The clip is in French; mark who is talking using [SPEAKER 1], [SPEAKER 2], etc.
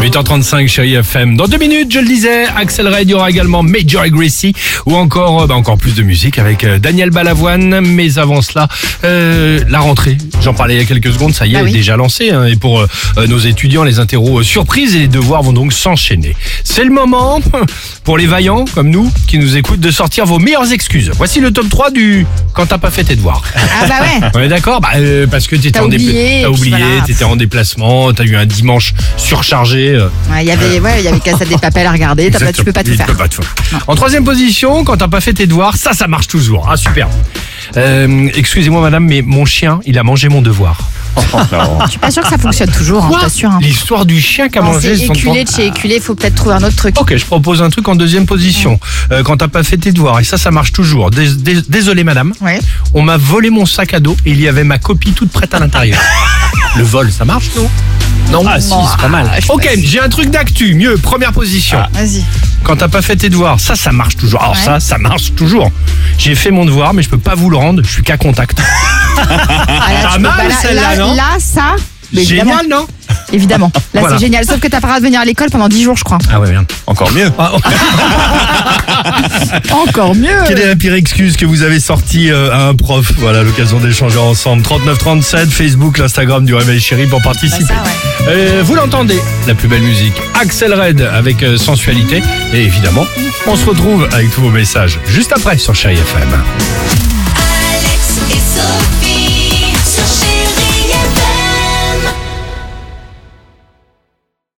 [SPEAKER 1] 8h35 chérie FM. Dans deux minutes, je le disais, Axel Red, il y aura également Major Gracie ou encore, euh, bah, encore plus de musique avec euh, Daniel Balavoine. Mais avant cela, euh, la rentrée. J'en parlais il y a quelques secondes, ça y est,
[SPEAKER 2] Ah
[SPEAKER 1] elle est
[SPEAKER 2] oui.
[SPEAKER 1] déjà lancée. hein. et pour euh, euh, nos étudiants, les interros euh, surprises et les devoirs vont donc s'enchaîner. C'est le moment pour les vaillants comme nous qui nous écoutent de sortir vos meilleures excuses. Voici le top 3 du quand t'as pas fait tes devoirs.
[SPEAKER 2] Ah bah ouais.
[SPEAKER 1] On est d'accord bah, euh, Parce que t'étais
[SPEAKER 2] T'as
[SPEAKER 1] en, dépla-
[SPEAKER 2] oublié, et
[SPEAKER 1] t'as
[SPEAKER 2] puis
[SPEAKER 1] oublié,
[SPEAKER 2] voilà.
[SPEAKER 1] t'étais en déplacement, t'as eu un dimanche surchargé. euh,
[SPEAKER 2] Ouais, Il y avait, ouais, il y avait qu'à ça des papels à regarder. t'as pas- tu peux pas tout
[SPEAKER 1] Exactement.
[SPEAKER 2] faire.
[SPEAKER 1] Tu peux pas tout faire. En troisième position, quand t'as pas fait tes devoirs, ça, ça marche toujours. Ah, super. Euh, Excusez-moi, madame, mais mon chien, il a mangé mon devoir.
[SPEAKER 2] Je suis pas sûr que ça fonctionne toujours. hein, je t'assure. hein.
[SPEAKER 1] L'histoire du chien qui a
[SPEAKER 2] Quand
[SPEAKER 1] mangé
[SPEAKER 2] c'est
[SPEAKER 1] son
[SPEAKER 2] éculé de chez éculé, faut peut-être trouver un autre truc.
[SPEAKER 1] Ok, je propose un truc en deuxième position. Euh, quand t'as pas fait tes devoirs, et ça, ça marche toujours. Dés- dés- Désolé, madame,
[SPEAKER 2] Ouais.
[SPEAKER 1] on m'a volé mon sac à dos et il y avait ma copie toute prête à l'intérieur. Le vol, ça marche, non Non, ah, si, c'est pas mal. Ah. Ok, j'ai un truc d'actu. Mieux, première position.
[SPEAKER 2] Vas-y.
[SPEAKER 1] Quand t'as pas fait tes devoirs, ça, ça marche toujours. Alors
[SPEAKER 2] Ouais.
[SPEAKER 1] ça, ça marche toujours. J'ai fait mon devoir, mais je peux pas vous le rendre. Je suis qu'à contact.
[SPEAKER 2] Ah, là,
[SPEAKER 1] pas
[SPEAKER 2] tu peux
[SPEAKER 1] mal,
[SPEAKER 2] pas- là,
[SPEAKER 1] celle-là,
[SPEAKER 2] là,
[SPEAKER 1] non
[SPEAKER 2] là, ça. mais évidemment.
[SPEAKER 1] Génial, non
[SPEAKER 2] Évidemment. Là,
[SPEAKER 1] Voilà.
[SPEAKER 2] c'est génial. Sauf que t'as pas le droit de venir à l'école pendant 10 jours, je crois.
[SPEAKER 1] Ah ouais, bien.
[SPEAKER 3] Encore mieux.
[SPEAKER 2] Encore mieux.
[SPEAKER 1] Quelle est la pire excuse que vous avez sortie euh, à un prof Voilà l'occasion d'échanger ensemble. 3937, Facebook, l'Instagram du Réveil Chéri pour participer.
[SPEAKER 2] Bah ça, ouais.
[SPEAKER 1] Euh, vous l'entendez, la plus belle musique. Axel Red avec euh, sensualité. Et évidemment, on se retrouve avec tous vos messages juste après sur Chéri FM.
[SPEAKER 4] Alex et Sophie.